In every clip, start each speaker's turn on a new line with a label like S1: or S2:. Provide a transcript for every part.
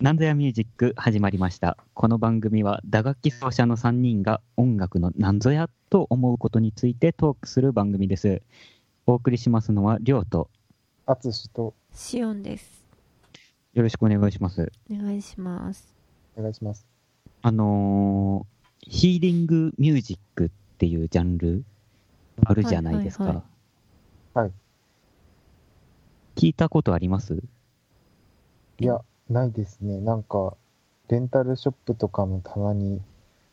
S1: なんぞやミュージック始まりました。この番組は打楽器奏者の3人が音楽のなんぞやと思うことについてトークする番組です。お送りしますのはりょうと
S2: あつしと
S3: シオンです。
S1: よろしくお願いします。
S3: お願いします。
S2: お願いします。
S1: あのーヒーリングミュージックっていうジャンルあるじゃないですか。
S3: はいはい
S2: はいはい
S1: 聞いたことあります
S2: いや、ないですね。なんか、レンタルショップとかもたまに、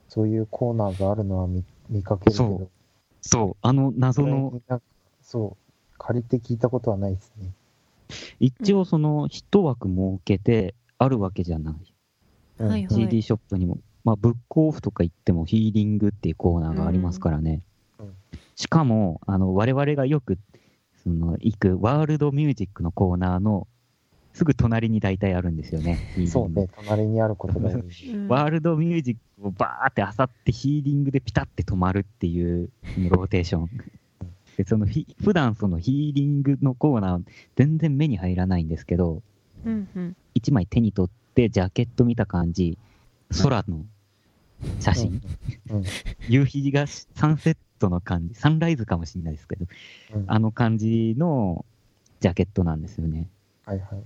S2: そういうコーナーがあるのは見見かけるけ
S1: そ
S2: ど、
S1: そう、あの謎の
S2: 意外になんかそう、借りて聞いたことはないですね。
S1: 一応その一枠設けてあるわけじゃない、
S2: うん
S3: はいはい
S1: CD ショップにも、まあ、ブックオフとか行ってもヒーリングっていうコーナーがありますからね、
S2: うんうん
S1: しかもあの我々がよくその行くワールドミュージックのコーナーのすぐ隣に大体あるんですよねヒーリング
S2: そうね、隣にあること が多い。
S3: うん
S1: ワールドミュージックをバーって漁ってヒーリングでピタって止まるっていうローテーション。でそのひ普段そのヒーリングのコーナー全然目に入らないんですけど、
S3: うんうん
S1: 一枚手に取ってジャケット見た感じ、空の写真、
S2: うんうん
S1: 夕日がしサンセットの感じ、サンライズかもしれないですけど、
S2: うん
S1: あの感じのジャケットなんですよね。
S2: はいはい。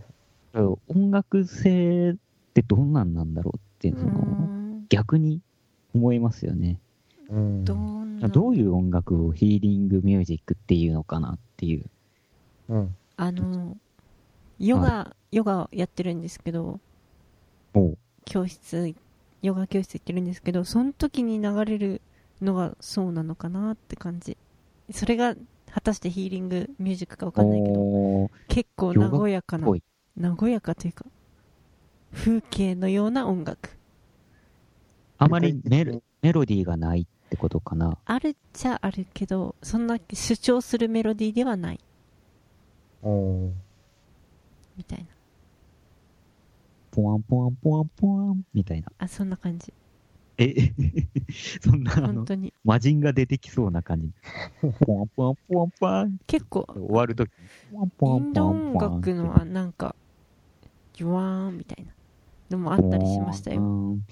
S1: 音楽性ってどんなんなんだろうっていううのを、
S3: ん
S1: 逆に思いますよね。
S2: うん。
S3: どんな
S1: どういう音楽をヒーリングミュージックっていうのかなっていう。
S2: うん。
S3: あのヨガヨガやってるんですけど
S1: お
S3: 教室ヨガ教室行ってるんですけどその時に流れるのがそうなのかなって感じそれが果たしてヒーリングミュージックかわかんないけど
S1: お
S3: 結構和やか
S1: ー
S3: な
S1: ぽい。
S3: 和やかというか風景のような音楽
S1: あまりメロメロディーがないってことかな。
S3: あるっちゃあるけどそんな主張するメロディーではない
S2: うん。
S3: みたいな
S1: ポワンポワンポワンポワンみたいな。
S3: あそんな感じ
S1: え、 そんなあ
S3: 本
S1: の、
S3: 当に
S1: 魔人が出てきそうな感じ。ポワンポワンポワンポワンって
S3: 結構
S1: 終わるとき。ポワンポ
S3: イ
S1: ワ
S3: ン
S1: ンポ
S3: ド
S1: ワン
S3: 音
S1: ポワンって。
S3: 楽のはなんかジュワーンみたいなのもあったりしました
S1: う
S3: よ
S1: ん。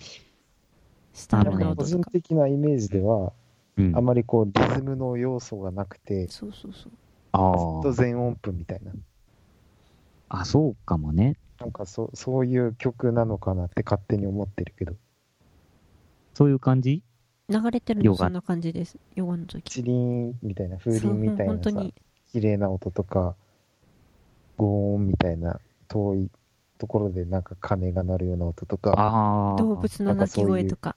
S3: 下
S1: あ
S3: の
S1: のね
S3: 音
S2: 個
S3: と
S2: 人
S3: か
S2: 的なイメージでは、
S1: うん
S2: あまりこう、リズムの要素がなくて、ず
S3: そうそうそう
S1: あ
S2: っと
S1: ー
S2: 全音符みたいな。
S1: あ、そうかもね。
S2: なんかそ、そういう曲なのかなって勝手に思ってるけど、
S1: そういう感じ
S3: 流れてる
S1: ヨ
S3: の
S1: ガ
S3: そんな感じですヨガの時
S2: チリーンみたいな、風鈴
S3: そう
S2: みたい
S3: 本
S2: な
S3: 当
S2: さ、
S3: に
S2: 綺麗な音とか、ゴーンみたいな遠いところでなんか鐘が鳴るような音とか、
S1: ああ。
S3: 動物の鳴き声とか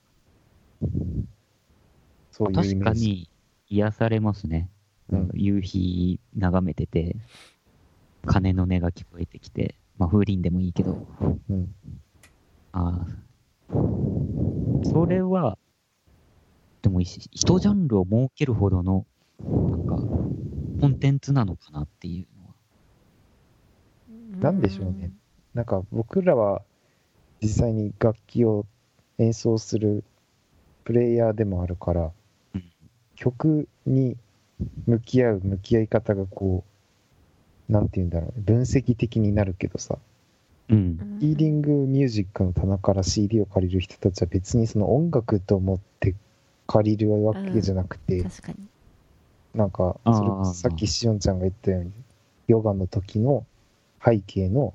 S2: そういうイ
S1: 確
S2: メ
S1: か
S2: ージ。
S1: に癒されますね、
S2: うん
S1: 夕日眺めてて鐘の音が聞こえてきて、まあ、風鈴でもいいけど
S2: うん。
S1: あーそれはでも一一ジャンルを設けるほどのなんかコンテンツなのかなっていうのは
S2: なんでしょうねなんか僕らは実際に楽器を演奏するプレイヤーでもあるから
S1: うん、
S2: 曲に向き合う向き合い方がこう、なんて言うんだろうね、分析的になるけどさ、
S1: うん
S3: うん
S2: ヒーリングミュージックの棚から CD を借りる人たちは別にその音楽と思って借りるわけじゃなくて、
S3: 確かに
S2: なんか
S1: あー
S2: それこそさっきしおんちゃんが言ったようにヨガの時の背景の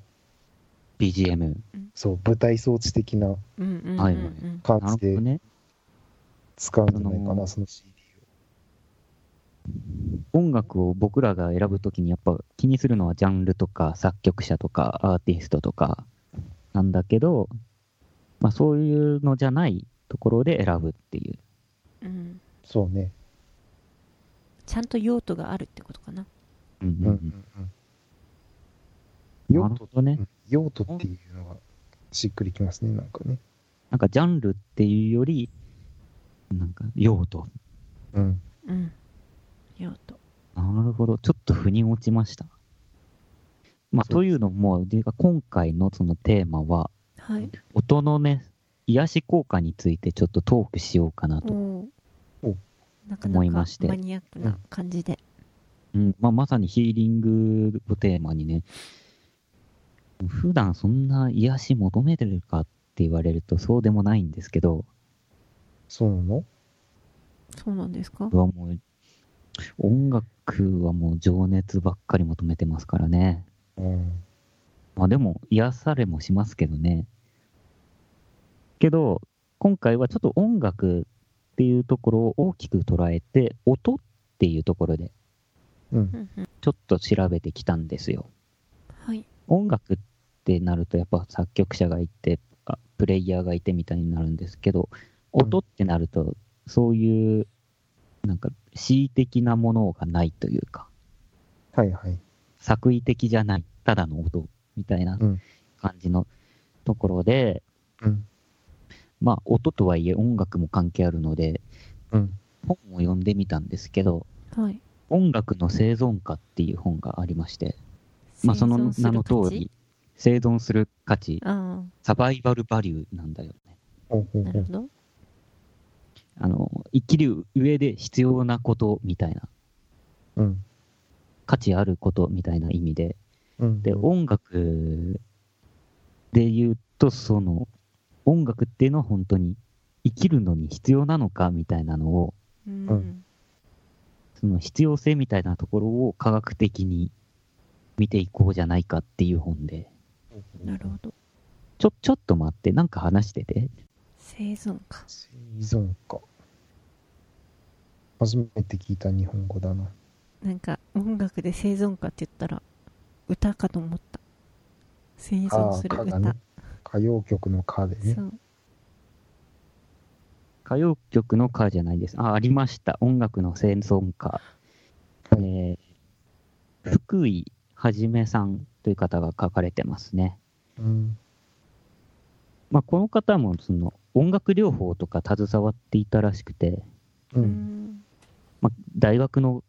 S1: BGM
S2: そう舞台装置的な
S3: うんうんうんうん
S1: はいはい
S2: 感
S1: なる
S2: じ
S1: ほ
S2: で
S1: どね
S2: 使うんじゃないか
S1: あ
S2: な、
S1: のー
S2: その CD
S1: 音楽を僕らが選ぶときにやっぱ気にするのはジャンルとか作曲者とかアーティストとかなんだけど、まあ、そういうのじゃないところで選ぶっていう。
S3: うん
S2: をそうね
S3: ちゃんと用途があるってことかな
S1: うん
S2: う
S1: うん
S2: んう
S1: うん
S2: んうん
S1: な
S2: 用
S1: る
S2: 途
S1: ほどね
S2: う。ん用途っていうのがしっくりきますねなんかね
S1: なんかジャンルっていうより、なんか用途。
S2: うん
S3: うん用途
S1: なるほど。ちょっと腑に落ちました。まあ、
S2: そ
S1: と
S2: う
S1: いうのも、で今回のそのテーマは、
S3: はい
S1: 音のね、癒し効果についてちょっとトークしようかなと。
S3: お
S2: お
S3: おなかな
S1: 思い
S3: か
S1: まして
S3: マニアックな感じで
S1: うんまあ、まさにヒーリングをテーマにね、普段そんな癒し求めてるかって言われるとそうでもないんですけど、
S2: そうなの
S3: そうなんですか
S1: 僕はもう、音楽はもう情熱ばっかり求めてますからね。
S2: うん。
S1: まあでも、癒されもしますけどね。けど、今回はちょっと音楽っていうところを大きく捉えて、音っていうところで
S2: うん
S3: う。んうん
S1: ちょっと調べてきたんですよ。
S3: はい
S1: 音楽ってなるとやっぱ作曲者がいてあプレイヤーがいてみたいになるんですけど
S2: うん
S1: 音ってなるとそういうなんか恣意的なものがないというか
S2: はいはい。
S1: 作為的じゃないただの音みたいな
S2: うん
S1: 感じのところで、
S2: うん。
S1: まあ音とはいえ音楽も関係あるので
S2: うん。
S1: 本を読んでみたんですけど
S3: はい
S1: 音楽の生存化っていう本がありまして、まあ、その
S3: 生存する
S1: 名の
S3: 価
S1: 通
S3: 値
S1: り生存する価値
S3: あ
S1: サバイバルバリューなんだよね。
S2: ほうほ
S3: あ
S2: う
S3: な
S2: ほ
S3: る
S2: う
S3: ほど
S1: あの、生きる上で必要なことみたいな、
S2: うん。
S1: 価値あることみたいな意味で、
S2: うん。
S1: で、音楽で言うと、その、音楽っていうのは本当に生きるのに必要なのかみたいなのを、
S3: うん、
S2: うん
S1: その必要性みたいなところを科学的に見ていこうじゃないかっていう本で、
S3: なるほど
S1: ちょ、ちょっと待って、なんか話してて。
S3: 生存か
S2: 生存か。初めて聞いた日本語だな。
S3: なんか音楽で生存かって言ったら歌かと思った
S2: あ
S3: 生存
S2: あ
S3: する
S2: 歌
S3: 歌、
S2: がね。歌謡曲の歌でね
S3: そ。う
S1: 歌謡曲の歌じゃないです。あ、ありました。音楽の生存歌。
S2: はい
S1: えー福井はじめさんという方が書かれてますね。
S2: うん。
S1: まあ、この方もその音楽療法とか携わっていたらしくて、
S2: う。
S3: うんん
S1: まあ、大学の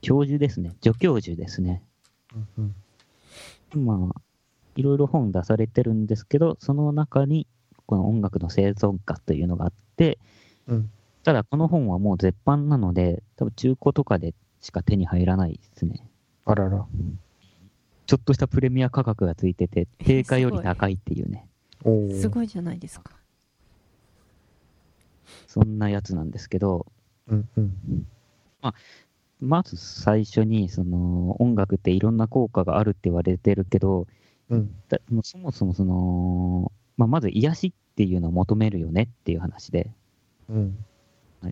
S1: 教授ですね。助教授ですね。
S2: うん。
S1: まあ、いろいろ本出されてるんですけど、その中にこの音楽の生存歌というのがあって、
S2: うん。
S1: ただこの本はもう絶版なので、多分中古とかでしか手に入らないですね。
S2: あらら。
S1: ちょっとしたプレミア価格がついてて、
S3: え
S1: 定価よ
S3: す
S1: り
S3: ごい
S1: 高いっていうね、
S2: おお。
S3: すごいじゃないですか
S1: そんなやつなんですけど、
S2: うんうん。
S1: まず最初に、その、音楽っていろんな効果があるって言われてるけど、
S2: うん。
S1: だもうそもそもその、まあ、まず癒しっていうのを求めるよねっていう話で、
S2: うん。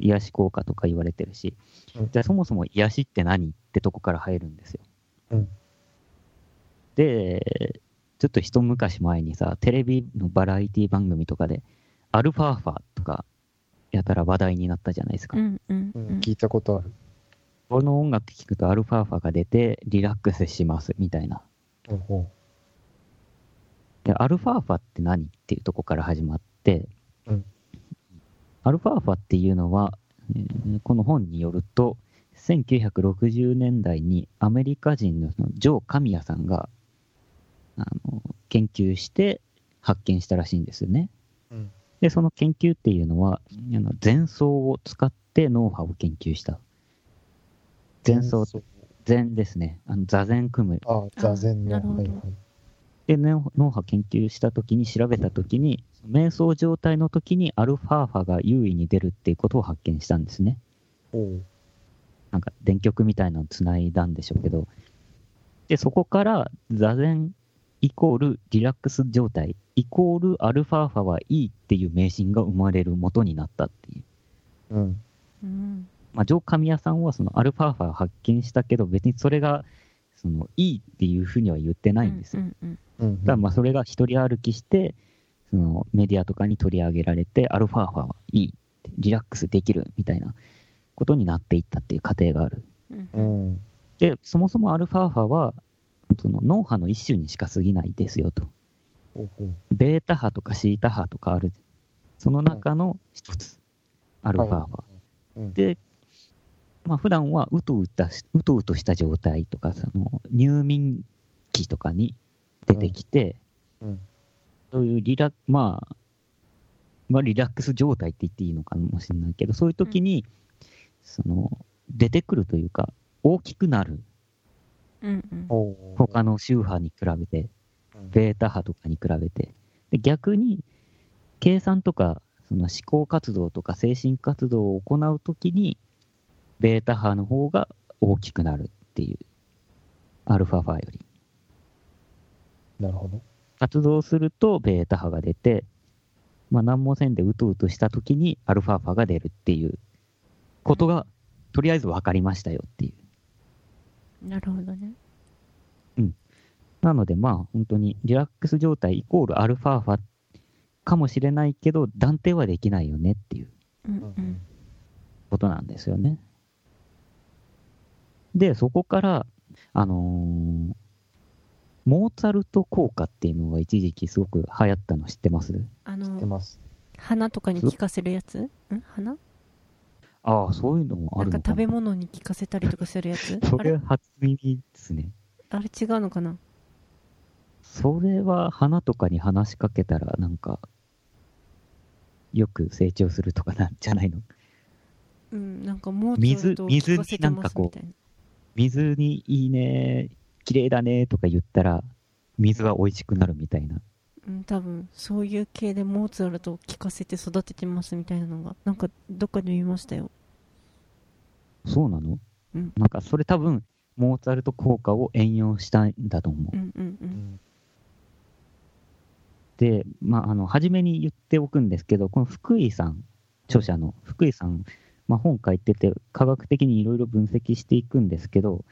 S1: 癒し効果とか言われてるし、
S2: うん
S1: じゃあそもそも癒しって何ってとこから入るんですよ。
S2: うん
S1: で、ちょっと一昔前にさ、テレビのバラエティ番組とかで、アルファーファとかやたら話題になったじゃないですか。
S3: うんうん
S2: う
S3: うんん
S2: 聞いたことある。
S1: この音楽聴くとアルファーファが出てリラックスしますみたいな。
S2: ほうほ
S1: で、アルファーファって何っていうとこから始まって、
S2: うん
S1: アルファーファっていうのは、えーこの本によると、1960年代にアメリカ人のそのジョー・カミヤさんがあの研究して発見したらしいんですよね。
S2: う。うん。
S1: で、その研究っていうのは、あの前奏を使って脳波を研究した。前奏、禅ですね。あの座禅組む。
S2: ああ、座禅の。
S3: あなるほど
S2: はいはい。
S1: で、脳脳波研究したときに調べたときに、瞑想状態のときにアルファーファが優位に出るっていうことを発見したんですね。
S2: おお。
S1: なんか電極みたいなのをつないだんでしょうけど。で、そこから座禅イコールリラックス状態イコールアルファーファはいいっていう迷信が生まれる元になったっていう。
S2: うん。
S3: うん
S1: まあ、ジョー・カミヤさんはそのアルファーファ発見したけど、別にそれがそのいいっていうふうには言ってないんですよ
S3: うんうん
S2: うん。
S1: ただまあそれが一人歩きして、そのメディアとかに取り上げられて、アルファーファはいい、リラックスできるみたいなことになっていったっていう過程がある。
S3: うん
S2: う
S3: うん
S2: ん。
S1: で、そもそもアルファーファは、その脳波の一種にしか過ぎないですよと。
S2: ほうほう。
S1: ベータ波とかシータ波とかある。その中の一つ、アルファーファ。
S2: うん。
S1: で、まあ普段はうとうたしうとうとした状態とか、その入眠期とかに出てきて、
S2: うん。
S1: そういうリラ、まあ、まあ、リラックス状態って言っていいのかもしれないけど、そういう時に、その、出てくるというか、大きくなる。
S3: うんうん
S2: ほう。
S1: 他の宗派に比べて。
S2: うん
S1: ベータ波とかに比べて。で逆に、計算とか、その思考活動とか精神活動を行うときに、ベータ波の方が大きくなるっていう。アルファ波より。
S2: なるほど。
S1: 活動するとベータ波が出て、まあ、何もせんでうとうとしたときにアルファ波が出るっていうことが、とりあえず分かりましたよっていう。
S3: なるほどね。
S1: なのでまあ本当にリラックス状態イコールアルファーファかもしれないけど断定はできないよねっていう
S3: うん
S2: うん
S3: う
S2: うんん。
S1: ことなんですよね。でそこからあのーモーツァルト効果っていうのが一時期すごく流行ったの知ってます
S3: あ
S2: 知って
S3: の、
S2: ます。
S3: 花とかに効かせるやつん花
S1: ああそういうのもあ
S3: なん
S1: る
S3: か
S1: の
S3: 食
S1: かな
S3: べ物に効かせたりとかするやつ
S1: そ
S3: あ
S1: れ
S3: れ
S1: は初耳ですね。
S3: あれ違うのかな
S1: それは花とかに話しかけたらなんかよく成長するとかなんじゃないの
S3: うん、なんかモーツァルトを
S1: 水
S3: 効かせてますみたいな。
S1: 水にいいね、綺麗だねとか言ったら、水は美味しくなるみたいな。
S3: うん、多分そういう系でモーツァルトを効かせて育ててますみたいなのがなんかどっかで見ましたよ
S1: そうなの
S3: うん
S1: なんかそれ多分、モーツァルト効果を援用したんだと思う
S3: う。んうんう
S2: うんん。
S1: で、まあ、あの、初めに言っておくんですけど、この福井さん、著者の福井さん、まあ、本書いてて、科学的にいろいろ分析していくんですけど、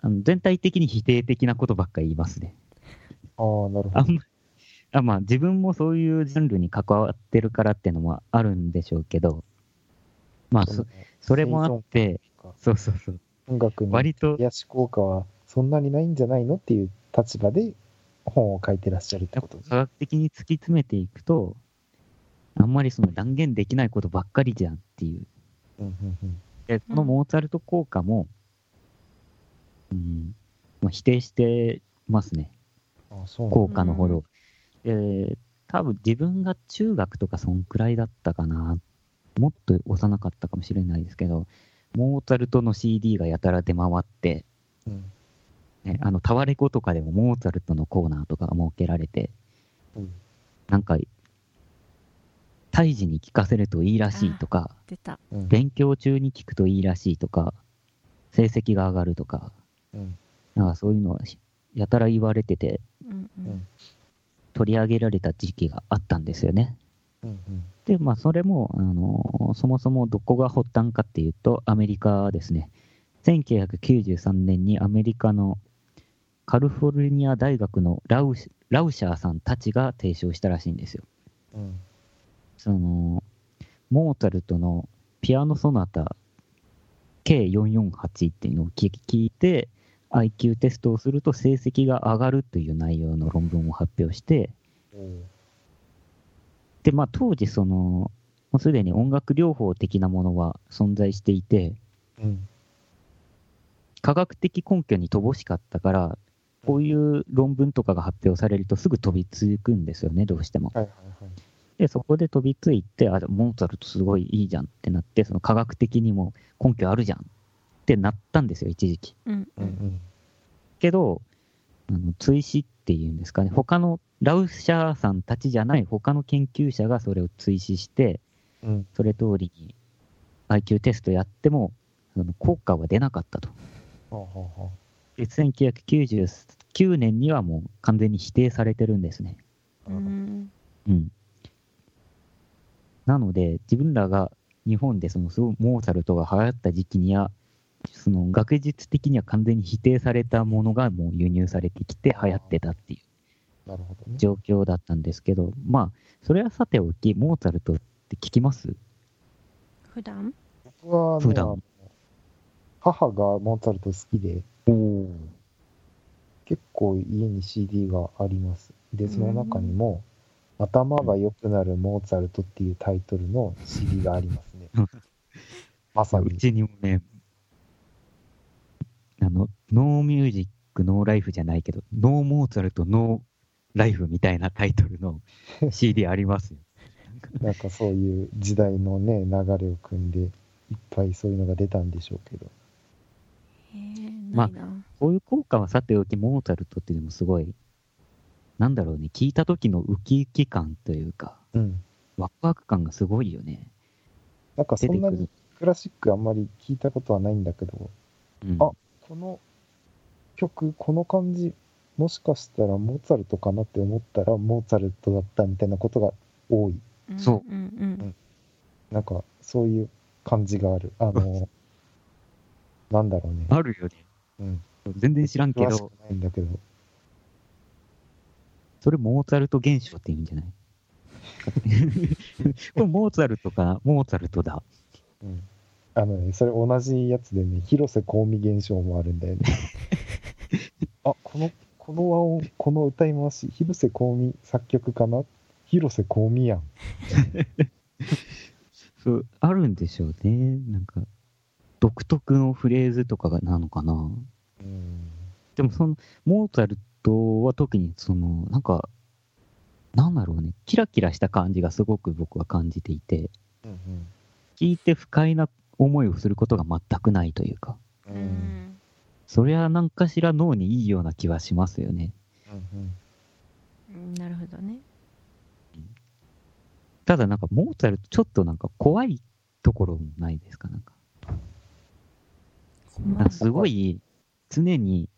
S1: あの全体的に否定的なことばっかり言いますね。
S2: ああ、なるほ
S1: あ
S2: ど。
S1: んまあまあ、自分もそういうジャンルに関わってるからっていうのもあるんでしょうけど、まあ、そそれもあって、そうそうそう、
S2: 音楽の
S1: 割と、
S2: 癒し効果はそんなにないんじゃないのっていう立場で本を書いてらっしゃるって
S1: やっ
S2: こ
S1: ぱ
S2: とです
S1: 科学的に突き詰めていくと、あんまりその断言できないことばっかりじゃんっていう。
S2: うんうんうん
S1: で、このモーツァルト効果も、うん、まあ、否定してますね。
S2: ああそうなん
S1: 効果のほど。えー、多分自分が中学とかそんくらいだったかな。もっと幼かったかもしれないですけど、モーツァルトの CD がやたら出回って、
S2: うん
S1: ね、あの、タワレコとかでもモーツァルトのコーナーとかが設けられて、
S2: うん
S1: なんか、胎児に聞かせるといいらしいとか、
S3: 出た
S2: うん
S1: 勉強中に聞くといいらしいとか、成績が上がるとか、
S2: うん
S1: なんかそういうのはやたら言われてて、
S3: うんう
S2: うんん
S1: 取り上げられた時期があったんですよね。
S2: うんうん
S1: で、まあ、それも、あのそもそもどこが発端かっていうと、アメリカですね。1993年にアメリカのカリフォルニア大学のラウシラウシャーさんたちが提唱したらしいんですよ。
S2: うん
S1: その、モーツァルトのピアノソナタ K448 っていうのを聞聞いて、IQ テストをすると成績が上がるという内容の論文を発表して、
S2: おう
S1: で、まあ、当時、その、もうすでに音楽療法的なものは存在していて、
S2: うん
S1: 科学的根拠に乏しかったから、こういう論文とかが発表されるとすぐ飛びつくんですよね、どうしても。
S2: はいはいはい
S1: で、そこで飛びついて、あ、モーツァルトすごいいいじゃんってなって、その科学的にも根拠あるじゃんってなったんですよ、一時期。
S3: うんう
S2: うん
S3: ん
S1: けど、あの追試っていうんですかね、他の、ラウシャーさんたちじゃない他の研究者がそれを追試して、
S2: うんうん
S1: それ通りに IQ テストやっても、あの効果は出なかったと。
S2: ほうほうほ
S1: で1999年にはもう完全に否定されてるんですね。
S2: うな
S3: う
S2: るほど
S3: ん
S1: うん。なので、自分らが日本でそのすごいモーツァルトが流行った時期には、その学術的には完全に否定されたものがもう輸入されてきて流行ってたっていう
S2: なるほどね
S1: 状況だったんですけど、まあ、それはさておき、モーツァルトって聞きます
S3: 普段
S2: 僕はね
S1: 普段
S2: あの母がモーツァルト好きで
S1: おお。
S2: 結構家に CD があります。で、その中にも、頭が良くなるモーツァルトっていうタイトルの CD があります ね。まさ
S1: う
S2: に。
S1: ちにもね、あの、ノーミュージック、ノーライフじゃないけど、ノーモーツァルト、ノーライフみたいなタイトルの CD ありますよ。
S2: なんかそういう時代のね、流れを組んで、いっぱいそういうのが出たんでしょうけど。
S3: へえ
S1: ま
S3: ないな
S1: そういう効果はさておき、モーツァルトってでもすごい、なんだろうね、聞いた時のウキウキ感というか、
S2: うん。
S1: ワクワク感がすごいよね。
S2: なんかそんな
S1: 出て
S2: にクラシックあんまり聞いたことはないんだけど、
S1: うん、
S2: あこの曲、この感じ、もしかしたらモーツァルトかなって思ったらモーツァルトだったみたいなことが多い。
S3: うん
S1: そ
S3: うんうん
S2: なんかそういう感じがある。あ の、なんだろうね。
S1: あるよね。
S2: うん。
S1: 全然知らんけ
S2: 詳しく
S1: ど、
S2: ないんだけど。
S1: それモーツァルト現象って言うんじゃない これモーツァルトか、モーツァルトだ。
S2: うん。あのね、それ同じやつでね、広瀬香美現象もあるんだよ ね。あ、この、この和音、この歌い回し、広瀬香美作曲かな広瀬香美やん。
S1: そう、あるんでしょうね。なんか、独特のフレーズとかがなのかな。
S2: うん。
S1: でもその、モーツァルトは特にその、なんか、なんだろうね、キラキラした感じがすごく僕は感じていて、
S2: うん
S1: 聞いて不快な思いをすることが全くないというか、
S2: う。
S3: うんん
S1: それは何かしら脳にいいような気はしますよね。
S2: うん。
S3: うんなるほどね
S1: ただなんか、モーツァルトちょっとなんか怖いところもないですかなんか、なんかすごい、常に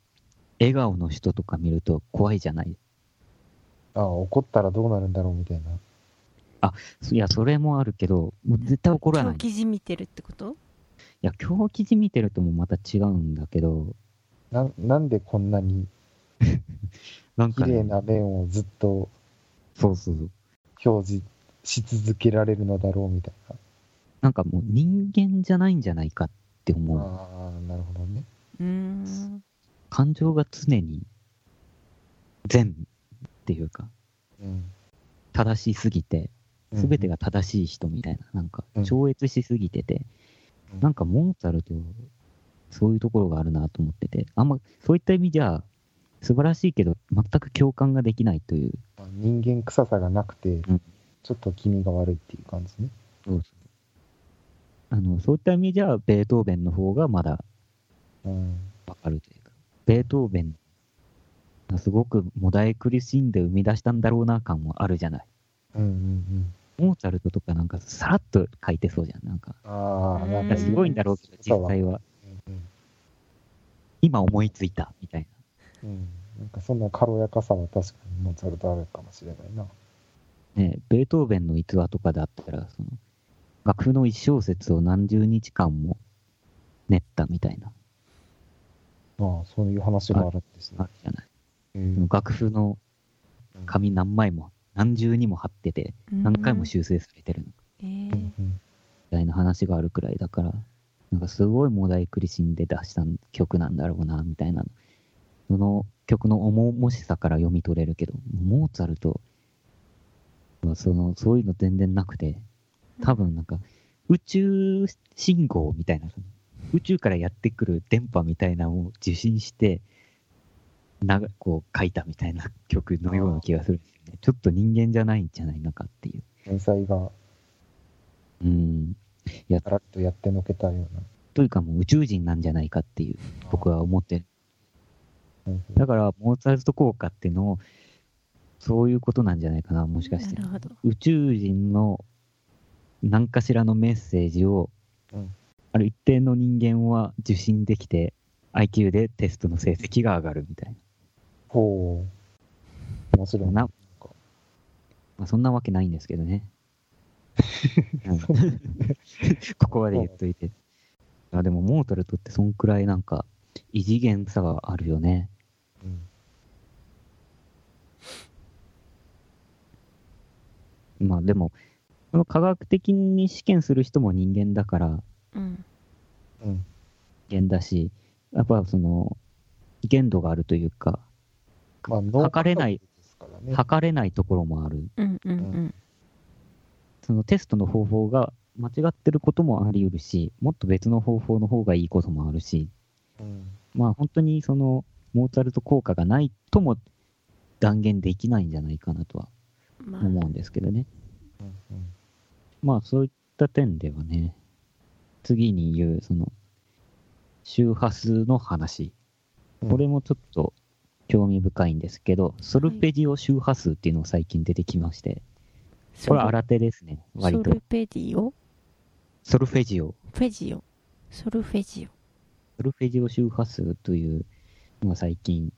S1: 笑顔の人とか見ると怖いじゃない
S2: あ、怒ったらどうなるんだろうみたいな。
S1: いや、それもあるけど、もう絶対怒らない。
S3: 狂
S1: い
S3: 気じみてるってこと
S1: や、狂気じみてるともまた違うんだけど、
S2: ななんでこんなに
S1: なん
S2: 綺
S1: か、
S2: 麗
S1: ね、
S2: な面をずっと
S1: そうそうそう。
S2: 表示し続けられるのだろうみたいな。
S1: なんかもう人間じゃないんじゃないかって思う。
S2: ああ、なるほどね。
S3: うーん
S1: 感情が常に善っていうか、
S2: うん。
S1: 正しすぎて、すべてが正しい人みたいな、なんか
S2: うん
S1: 超越しすぎてて、
S2: うん
S1: なんかモーツァルト、そういうところがあるなと思ってて、あんまそういった意味じゃ、素晴らしいけど、全く共感ができないという
S2: まあ人間臭さがなくて、
S1: ん
S2: ちょっと気味が悪いっていう感じね。
S1: あの、そういった意味じゃ、ベートーベンの方がまだ
S2: うん。
S1: わかるというか、ベートーベン、すごくもだえ苦しんで生み出したんだろうな感もあるじゃない。
S2: うんうんうん。
S1: モーツァルトとかなんかさらっと書いてそうじゃん。なんか、
S2: ああ、
S3: うん
S2: ないん
S1: や
S2: か
S1: すごいんだろうけど、
S2: そうだ
S1: 実
S2: わ
S1: 際は。
S2: うん
S1: 今思いついた、みたいな。
S2: うん。うんなんかそんな軽やかさは確かにモーツァルトあるかもしれないな。
S1: ね、ベートーベンの逸話とかだったら、その、楽譜の一小節を何十日間も練ったみたいな、
S2: まあ、そういう話があるんですね
S1: あ。るじゃない。
S2: うん
S1: 楽譜の紙何枚も、何重にも貼ってて、何回も修正されてるの。
S3: えー
S2: うんうん
S1: みたいな話があるくらいだから、なんかすごいもだい苦しんで出した曲なんだろうな、みたいな。その曲の重々しさから読み取れるけど、モーツァルトはその、そういうの全然なくて、多分なんか宇宙信号みたいな、宇宙からやってくる電波みたいなのを受信して、なこう書いたみたいな曲のような気がするんですよね。ちょっと人間じゃないんじゃないのかっていう。
S2: 天才が
S1: うん。いや、
S2: ガラッとやってのけたような。
S1: というかもう宇宙人なんじゃないかっていう僕は思ってる。
S2: うんうん
S1: だからモーツァルト効果っていうのをそういうことなんじゃないかなもしかして
S3: なるほど
S1: 宇宙人の何かしらのメッセージを、
S2: うん
S1: ある一定の人間は受信できて IQ でテストの成績が上がるみたいな、
S2: ほう。面白い
S1: なまあ、そんなわけないんですけどねうんここまで言っといてあでもモーツァルトってそんくらいなんか異次元さがあるよね
S2: うん
S1: まあでも、その科学的に試験する人も人間だから、
S3: うん
S2: うん。
S1: 人間だし、やっぱその、限度があるというか、
S2: まあ、脳
S1: 測れない
S2: ですからね。
S1: 測れないところもある。
S3: うんうんうん
S1: そのテストの方法が間違ってることもあり得るし、もっと別の方法の方がいいこともあるし、
S2: うん
S1: まあ本当にその、モーツァルト効果がないとも断言できないんじゃないかなとは
S3: まあ
S1: 思うんですけどね。
S2: うんうん
S1: まあそういった点ではね、次に言う、その、周波数の話。これもちょっと興味深いんですけど、ソルペジオ周波数っていうのが最近出てきまして、これは新手ですね、割
S3: ソ
S1: と
S3: ル。ペディオ
S1: ソルフェジオ。
S3: フェジオソルフェジ
S1: ソルフェジオ周波数というのが最近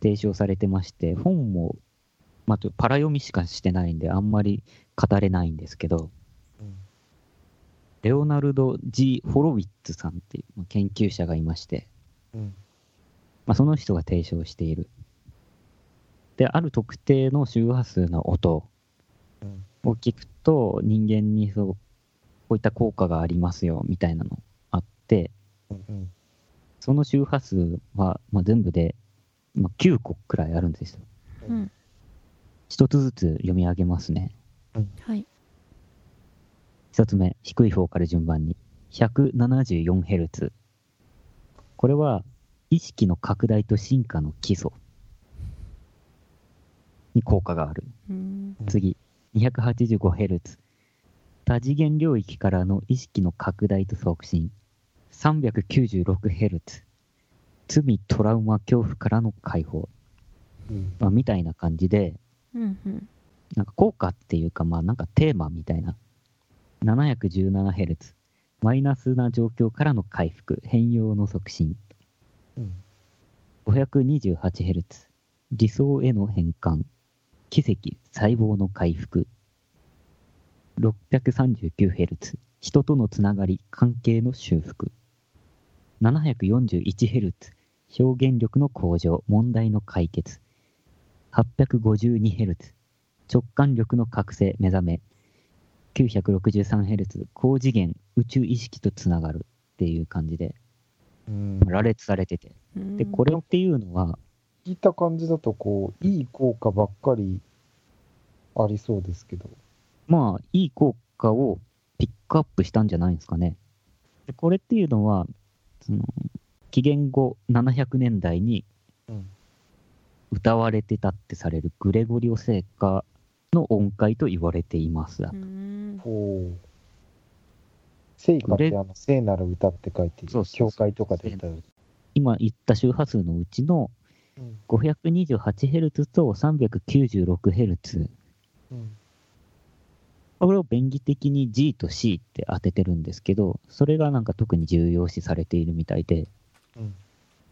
S1: 提唱されてまして、本も、まあ、ちょっとパラ読みしかしてないんで、あんまり語れないんですけど、
S2: うん
S1: レオナルド・ G ・ホロウィッツさんっていうまあ研究者がいまして、
S2: うん
S1: まあ、その人が提唱している。で、ある特定の周波数の音
S2: うん
S1: を聞くと、人間にそう、こういった効果がありますよ、みたいなのあって、
S2: うんうん
S1: その周波数は、まあ、全部で、まあ、9個くらいあるんですよ。
S3: オうん
S1: 一つずつ読み上げますね。
S3: はい
S1: 一つ目、低い方から順番に。174Hz。これは、意識の拡大と進化の基礎に効果がある。
S3: うーん
S2: うん
S1: 次、285Hz。多次元領域からの意識の拡大と促進。396Hz。罪、トラウマ、恐怖からの解放。
S2: うん
S1: まあ、みたいな感じで、
S3: うんうん
S1: なんか効果っていうか、まあなんかテーマみたいな。717Hz。マイナスな状況からの回復、変容の促進。
S2: うん
S1: 528Hz。理想への変換。奇跡、細胞の回復。639Hz。人とのつながり、関係の修復。741Hz。表現力の向上、問題の解決。852Hz。直感力の覚醒、目覚め。963Hz。高次元、宇宙意識とつながる。っていう感じで、
S2: うん
S1: 羅列されてて。
S3: うーん
S1: で、これっていうのは、
S2: 聞いた感じだとこういい効果ばっかりありそうですけど
S1: まあ、いい効果をピックアップしたんじゃないですかね。でこれっていうのは、その紀元後700年代に
S2: うん
S1: 歌われてたってされるグレゴリオ聖歌の音階と言われています。
S3: うーん
S2: ほう聖歌っ
S1: こ
S2: て
S1: れ
S2: あの聖なる歌って書いて
S1: そうそうそう
S2: 教会とかで歌う
S1: 今言った周波数のうちの
S2: うん
S1: 528Hz と 396Hz。
S2: うん
S1: これを便宜的に G と C って当ててるんですけど、それがなんか特に重要視されているみたいで、
S2: うん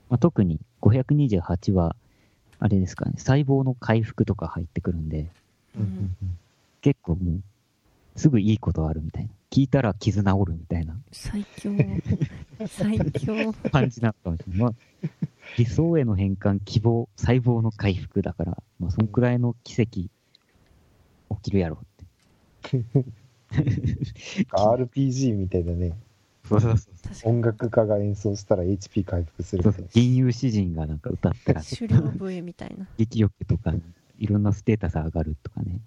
S1: まあ、特に528は、あれですかね、細胞の回復とか入ってくるんで、
S3: うんうん
S1: 結構もう、すぐいいことあるみたいな。聞いたら傷治るみたいな
S3: 最強最強
S1: 感じなったんですけど、まあ、理想への変換、希望、細胞の回復だから、まあ、そんくらいの奇跡、起きるやろって。
S2: なんか RPG みたいだね
S1: そうそうそう。
S3: 確かに
S2: 音楽家が演奏したら HP 回復する
S1: そう
S2: み
S1: そ
S2: たいうな。
S1: 吟遊詩人がなんか歌ったら、
S3: 狩猟笛みたいな
S1: 激欲とか、いろんなステータス上がるとかね。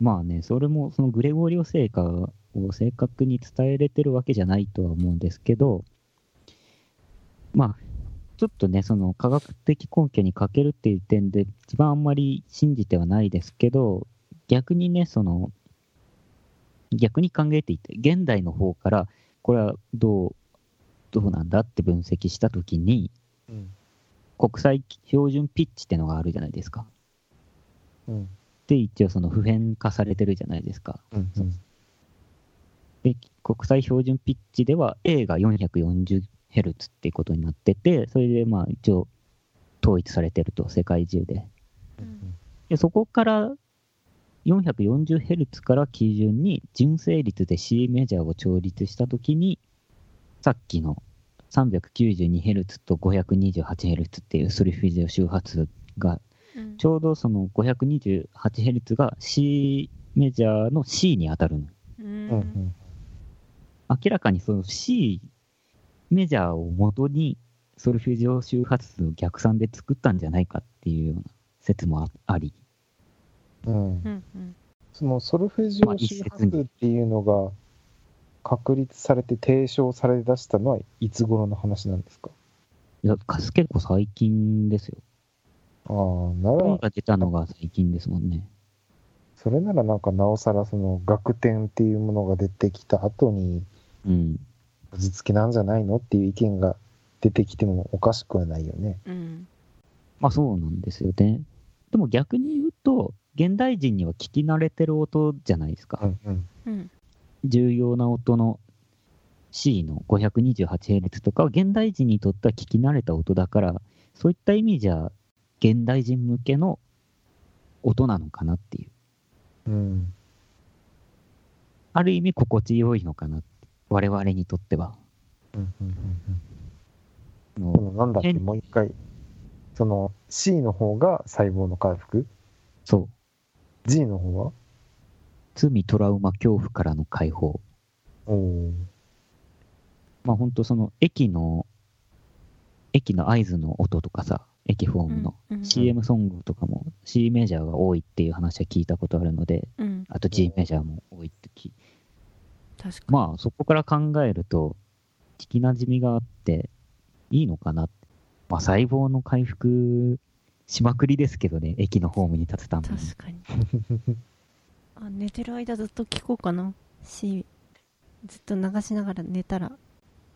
S1: まあね、それも、そのグレゴリオ聖歌を正確に伝えれてるわけじゃないとは思うんですけど、まあ、ちょっとね、その科学的根拠に欠けるっていう点で、一番あんまり信じてはないですけど、逆にね、その、逆に考えていて、現代の方から、これはどう、どうなんだって分析したときに、
S2: うん
S1: 国際標準ピッチってのがあるじゃないですか。
S2: うん
S1: で、一応その普遍化されてるじゃないですか。
S2: うんうん
S1: で、国際標準ピッチでは A が 440Hz っていうことになってて、それでまあ一応統一されてると、世界中で。
S3: うん
S1: で、そこから 440Hz から基準に純正率で C メジャーを調律したときに、さっきの 392Hz と 528Hz っていうスリフィジオ周波数が
S3: うん
S1: ちょうどその 528Hz が C メジャーの C に当たるの。
S3: う
S2: うんうんん
S1: 明らかにその C メジャーを元にソルフェジオ周波数を逆算で作ったんじゃないかっていうような説もああり、
S2: うん
S3: うんうん
S2: そのソルフェジ
S1: まあ
S2: オ
S1: 一
S2: 周
S1: 説に
S2: 波数っていうのが確立されて提唱され出したのはいつ頃の話なんですか
S1: いや、かす結構最近ですよ。
S2: ああな
S1: 本
S2: ら
S1: が出たのが最近ですもんね。
S2: それならなんかなおさらその楽天っていうものが出てきた後に
S1: うん。
S2: こじつけなんじゃないのっていう意見が出てきてもおかしくはないよね。
S3: うん。
S1: まあそうなんですよね。でも逆に言うと、現代人には聞き慣れてる音じゃないですか。
S2: んうん。
S3: うん。
S1: 重要な音の C の 528Hz とかは現代人にとっては聞き慣れた音だから、そういった意味じゃ、現代人向けの音なのかなっていう。
S2: うん。
S1: ある意味心地よいのかなって。我々にとっては。
S2: うんうんうん
S1: あ
S2: うん。で
S1: の
S2: もなんだっけ、
S1: 変
S2: もう一回。その C の方が細胞の回復
S1: そう。
S2: ?G の方は
S1: 罪、トラウマ、恐怖からの解放。
S2: おお。
S1: まあ本当その駅の、駅の合図の音とかさ、駅ホームの
S3: うんうん
S1: CM ソングとかも C メジャーが多いっていう話は聞いたことあるので、
S3: うん。
S1: あと G メジャーも多いって聞い
S3: 確かに。
S1: まあそこから考えると、聞きなじみがあっていいのかなって。まあ細胞の回復しまくりですけどね、駅のホームに立つために。
S3: 確かに。あ、寝てる間ずっと聞こうかな。し、ずっと流しながら寝たら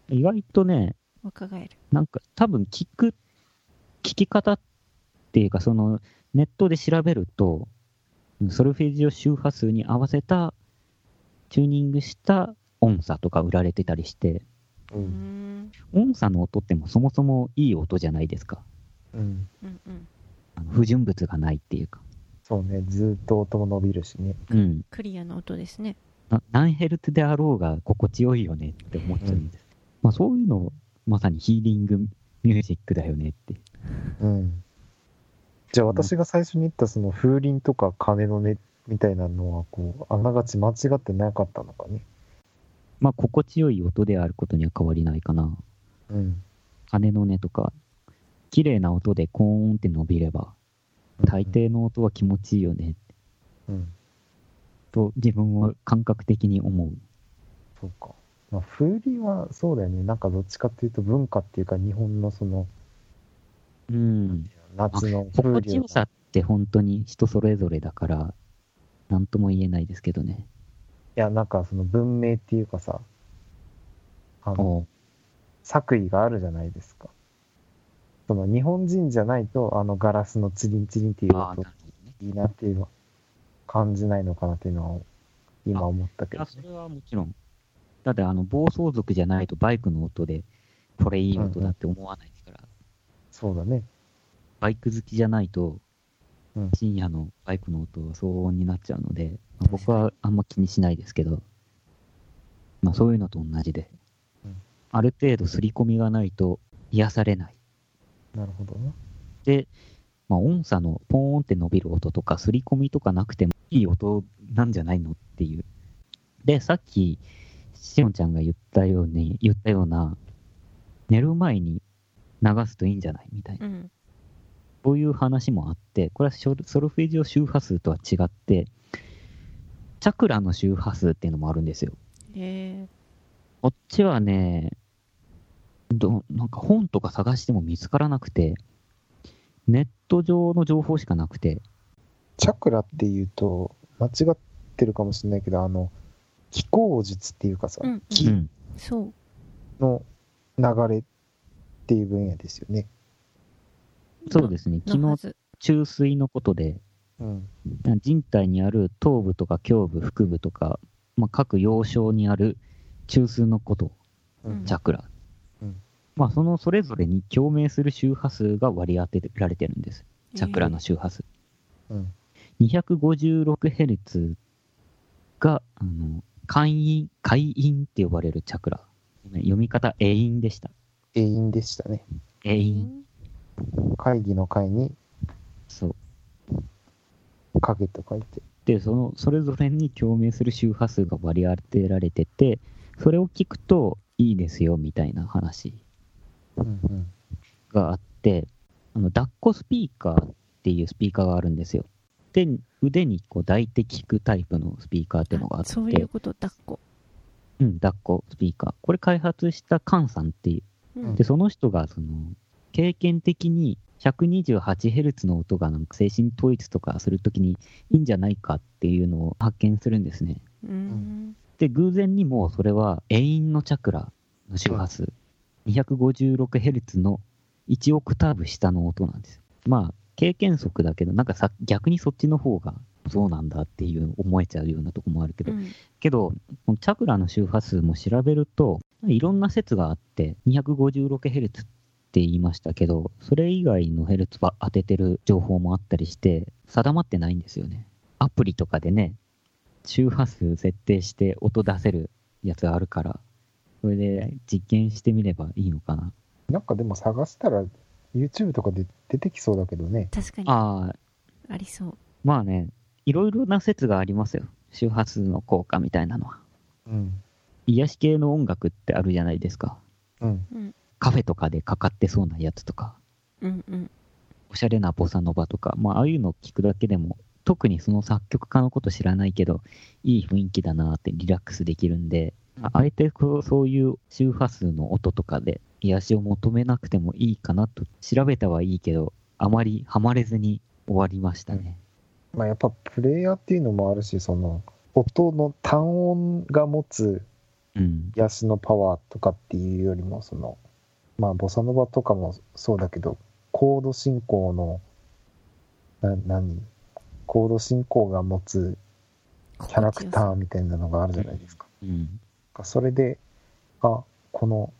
S1: 意外とね、
S3: 若返る。
S1: なんか多分聞く、聞き方っていうか、そのネットで調べると、ソルフェージを周波数に合わせた、チューニングした音差とか売られてたりして、
S2: う。
S3: うんん。
S1: 音差の音ってもそもそもいい音じゃないですか。
S2: うん。
S3: うんうん。
S1: あの不純物がないっていうか。
S2: そうね、ずっと音も伸びるしね。
S1: うん。
S3: クリアな音ですね。
S1: な何ヘルツであろうが心地よいよねって思っちゃうんです。まあそういうの、まさにヒーリングミュージックだよねって。
S2: うん。じゃあ私が最初に言ったその風鈴とか鐘の音みたいなのは、こう、あながち間違ってなかったのかね。
S1: まあ心地よい音であることには変わりないかな。
S2: うん。
S1: 鐘の音とか、綺麗な音でコーンって伸びれば、大。抵の音は気持ちいいよね、
S2: うん。
S1: と自分は感覚的に思う。
S2: そうか。まあ、風鈴はそうだよね。なんかどっちかっていうと文化っていうか日本のその
S1: うん。
S2: 夏の風
S1: 心地
S2: 流
S1: よさって本当に人それぞれだから、なんとも言えないですけどね。
S2: いや、なんかその文明っていうかさ、あの、
S1: お
S2: 作為があるじゃないですか。その日本人じゃないと、あのガラスのチリンチリンっていう
S1: ああ、
S2: 音
S1: なるほどね。
S2: いいなっていうのは感じないのかなっていうのは今思った
S1: い
S2: けど
S1: や、それはもちろん。だって、あの、暴走族じゃないとバイクの音で、これいい音だって思わないですから、
S2: そうだね。
S1: バイク好きじゃないと
S2: うん、
S1: 深夜のバイクの音は騒音になっちゃうので、まあ僕はあんま気にしないですけど、まあそういうのと同じで
S2: うん、
S1: ある程度刷り込みがないと癒されない。
S2: なるほどな。
S1: で、まあ音差のポーンって伸びる音とか、刷り込みとかなくてもいい音なんじゃないのっていう。で、さっき、しおんちゃんが言ったように、言ったような、寝る前に流すといいんじゃないみたいな。
S3: うん。
S1: そういう話もあって、これはショルソルフェージオ周波数とは違って、チャクラの周波数っていうのもあるんですよ。
S3: え
S1: こっちはね、どなんか本とか探しても見つからなくて、ネット上の情報しかなくて、
S2: チャクラっていうと、間違ってるかもしれないけど、あの、気候術っていうかさ、
S3: ー。うん。
S1: う
S3: うん
S1: ん、
S3: そう。
S2: の流れっていう分野ですよね。
S1: そうですね、
S3: の
S1: 昨
S3: は
S1: 日
S3: ず。
S1: 中水のことで、
S2: うん。
S1: 人体にある頭部とか胸部、腹部とか、まあ、各要衝にある中枢のこと、
S3: うん
S1: チャクラ。
S2: うん
S1: まあ、そのそれぞれに共鳴する周波数が割り当てられてるんです。チャクラの周波数。
S2: うん。
S1: 256Hz が、あの、会陰、会陰って呼ばれるチャクラ。ごめん読み方、永陰でした。
S2: 永遠でしたね。
S1: 永
S3: えー。
S1: 陰。
S2: 会議の会に
S1: そう。
S2: 影と書いて。
S1: で、その、それぞれに共鳴する周波数が割り当てられてて、それを聞くといいですよ、みたいな話
S2: うんうん。
S1: があって、あの、抱っこスピーカーっていうスピーカーがあるんですよ。で、腕にこう抱いて聞くタイプのスピーカーっていうのがあ
S3: あ
S1: って。
S3: そういうこと、抱っこ。
S1: うん、抱っこスピーカー。これ開発したカンさんっていう
S3: う
S2: うん
S3: ん
S1: で、。その人が、その、経験的に 128Hz の音がなんか精神統一とかするときにいいんじゃないかっていうのを発見するんですね。
S3: うん。
S1: で、偶然にもそれは永遠のチャクラの周波数 256Hz の1オクターブ下の音なんですよ。まあ、経験則だけど、なんかさ、逆にそっちの方がそうなんだっていう思えちゃうようなとこもあるけど、
S3: うん
S1: けど、このチャクラの周波数も調べると、いろんな説があって、256Hz って言いましたけど、それ以外のヘルツは当ててる情報もあったりして、定まってないんですよね。アプリとかでね、周波数設定して音出せるやつがあるから、それで実験してみればいいのかな。
S2: なんかでも探したら YouTube とかで出てきそうだけどね。
S3: 確かにあ
S1: ああ、
S3: りそう
S1: まあね、いろいろな説がありますよ。周波数の効果みたいなのは。
S2: うん。
S1: 癒し系の音楽ってあるじゃないですか。
S2: うん。
S3: うん
S1: カフェとかでかかってそうなやつとか、
S3: うんうん
S1: おしゃれなボサノバとか、まあ、ああいうの聞くだけでも、特にその作曲家のこと知らないけど、いい雰囲気だなってリラックスできるんで、ああえてこうそういう周波数の音とかで癒しを求めなくてもいいかなと、調べたはいいけど、あまりハマれずに終わりましたね。
S2: まあやっぱプレイヤーっていうのもあるし、その音の単音が持つ
S1: うん。
S2: 癒しのパワーとかっていうよりも、その、まあボサノバとかもそうだけど、コード進行の、な、何コード進行が持つキャラクターみたいなのがあるじゃないですか。
S1: うん。
S2: それで、あ、この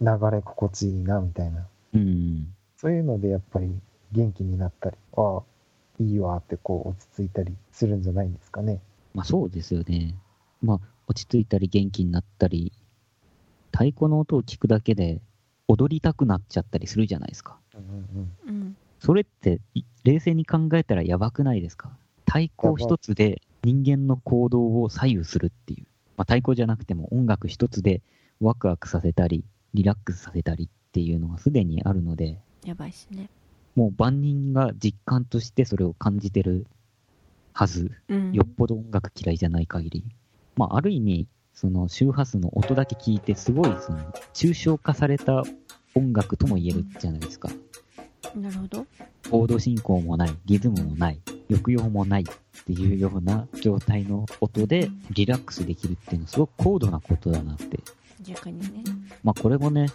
S2: 流れ心地いいな、みたいな。
S1: うん。
S2: そういうのでやっぱり元気になったり、ああ、いいわってこう落ち着いたりするんじゃないんですかね。
S1: まあそうですよね。まあ落ち着いたり元気になったり、太鼓の音を聞くだけで踊りたくなっちゃったりするじゃないですか。
S2: うんうん
S3: うん
S1: それってい冷静に考えたらやばくないですか太鼓一つで人間の行動を左右するっていう。まあ太鼓じゃなくても音楽一つでワクワクさせたり、リラックスさせたりっていうのがすでにあるので、
S3: やばいしね
S1: もう万人が実感としてそれを感じてるはず。
S3: うん
S1: よっぽど音楽嫌いじゃない限り、まあ、ある意味、その周波数の音だけ聞いて、すごいその抽象化された音楽とも言えるじゃないですか。
S3: なるほど
S1: コード進行もない、リズムもない、抑揚もないっていうような状態の音でリラックスできるっていうのはすごく高度なことだなって。
S3: 逆にね
S1: まあこれもね、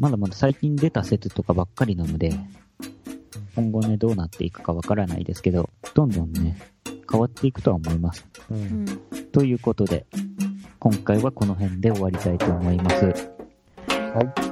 S1: まだまだ最近出た説とかばっかりなので、今後ね、どうなっていくかわからないですけど、どんどんね、変わっていくとは思います。
S2: うん。う
S3: うんん
S1: ということで、今回はこの辺で終わりたいと思います。
S2: はい。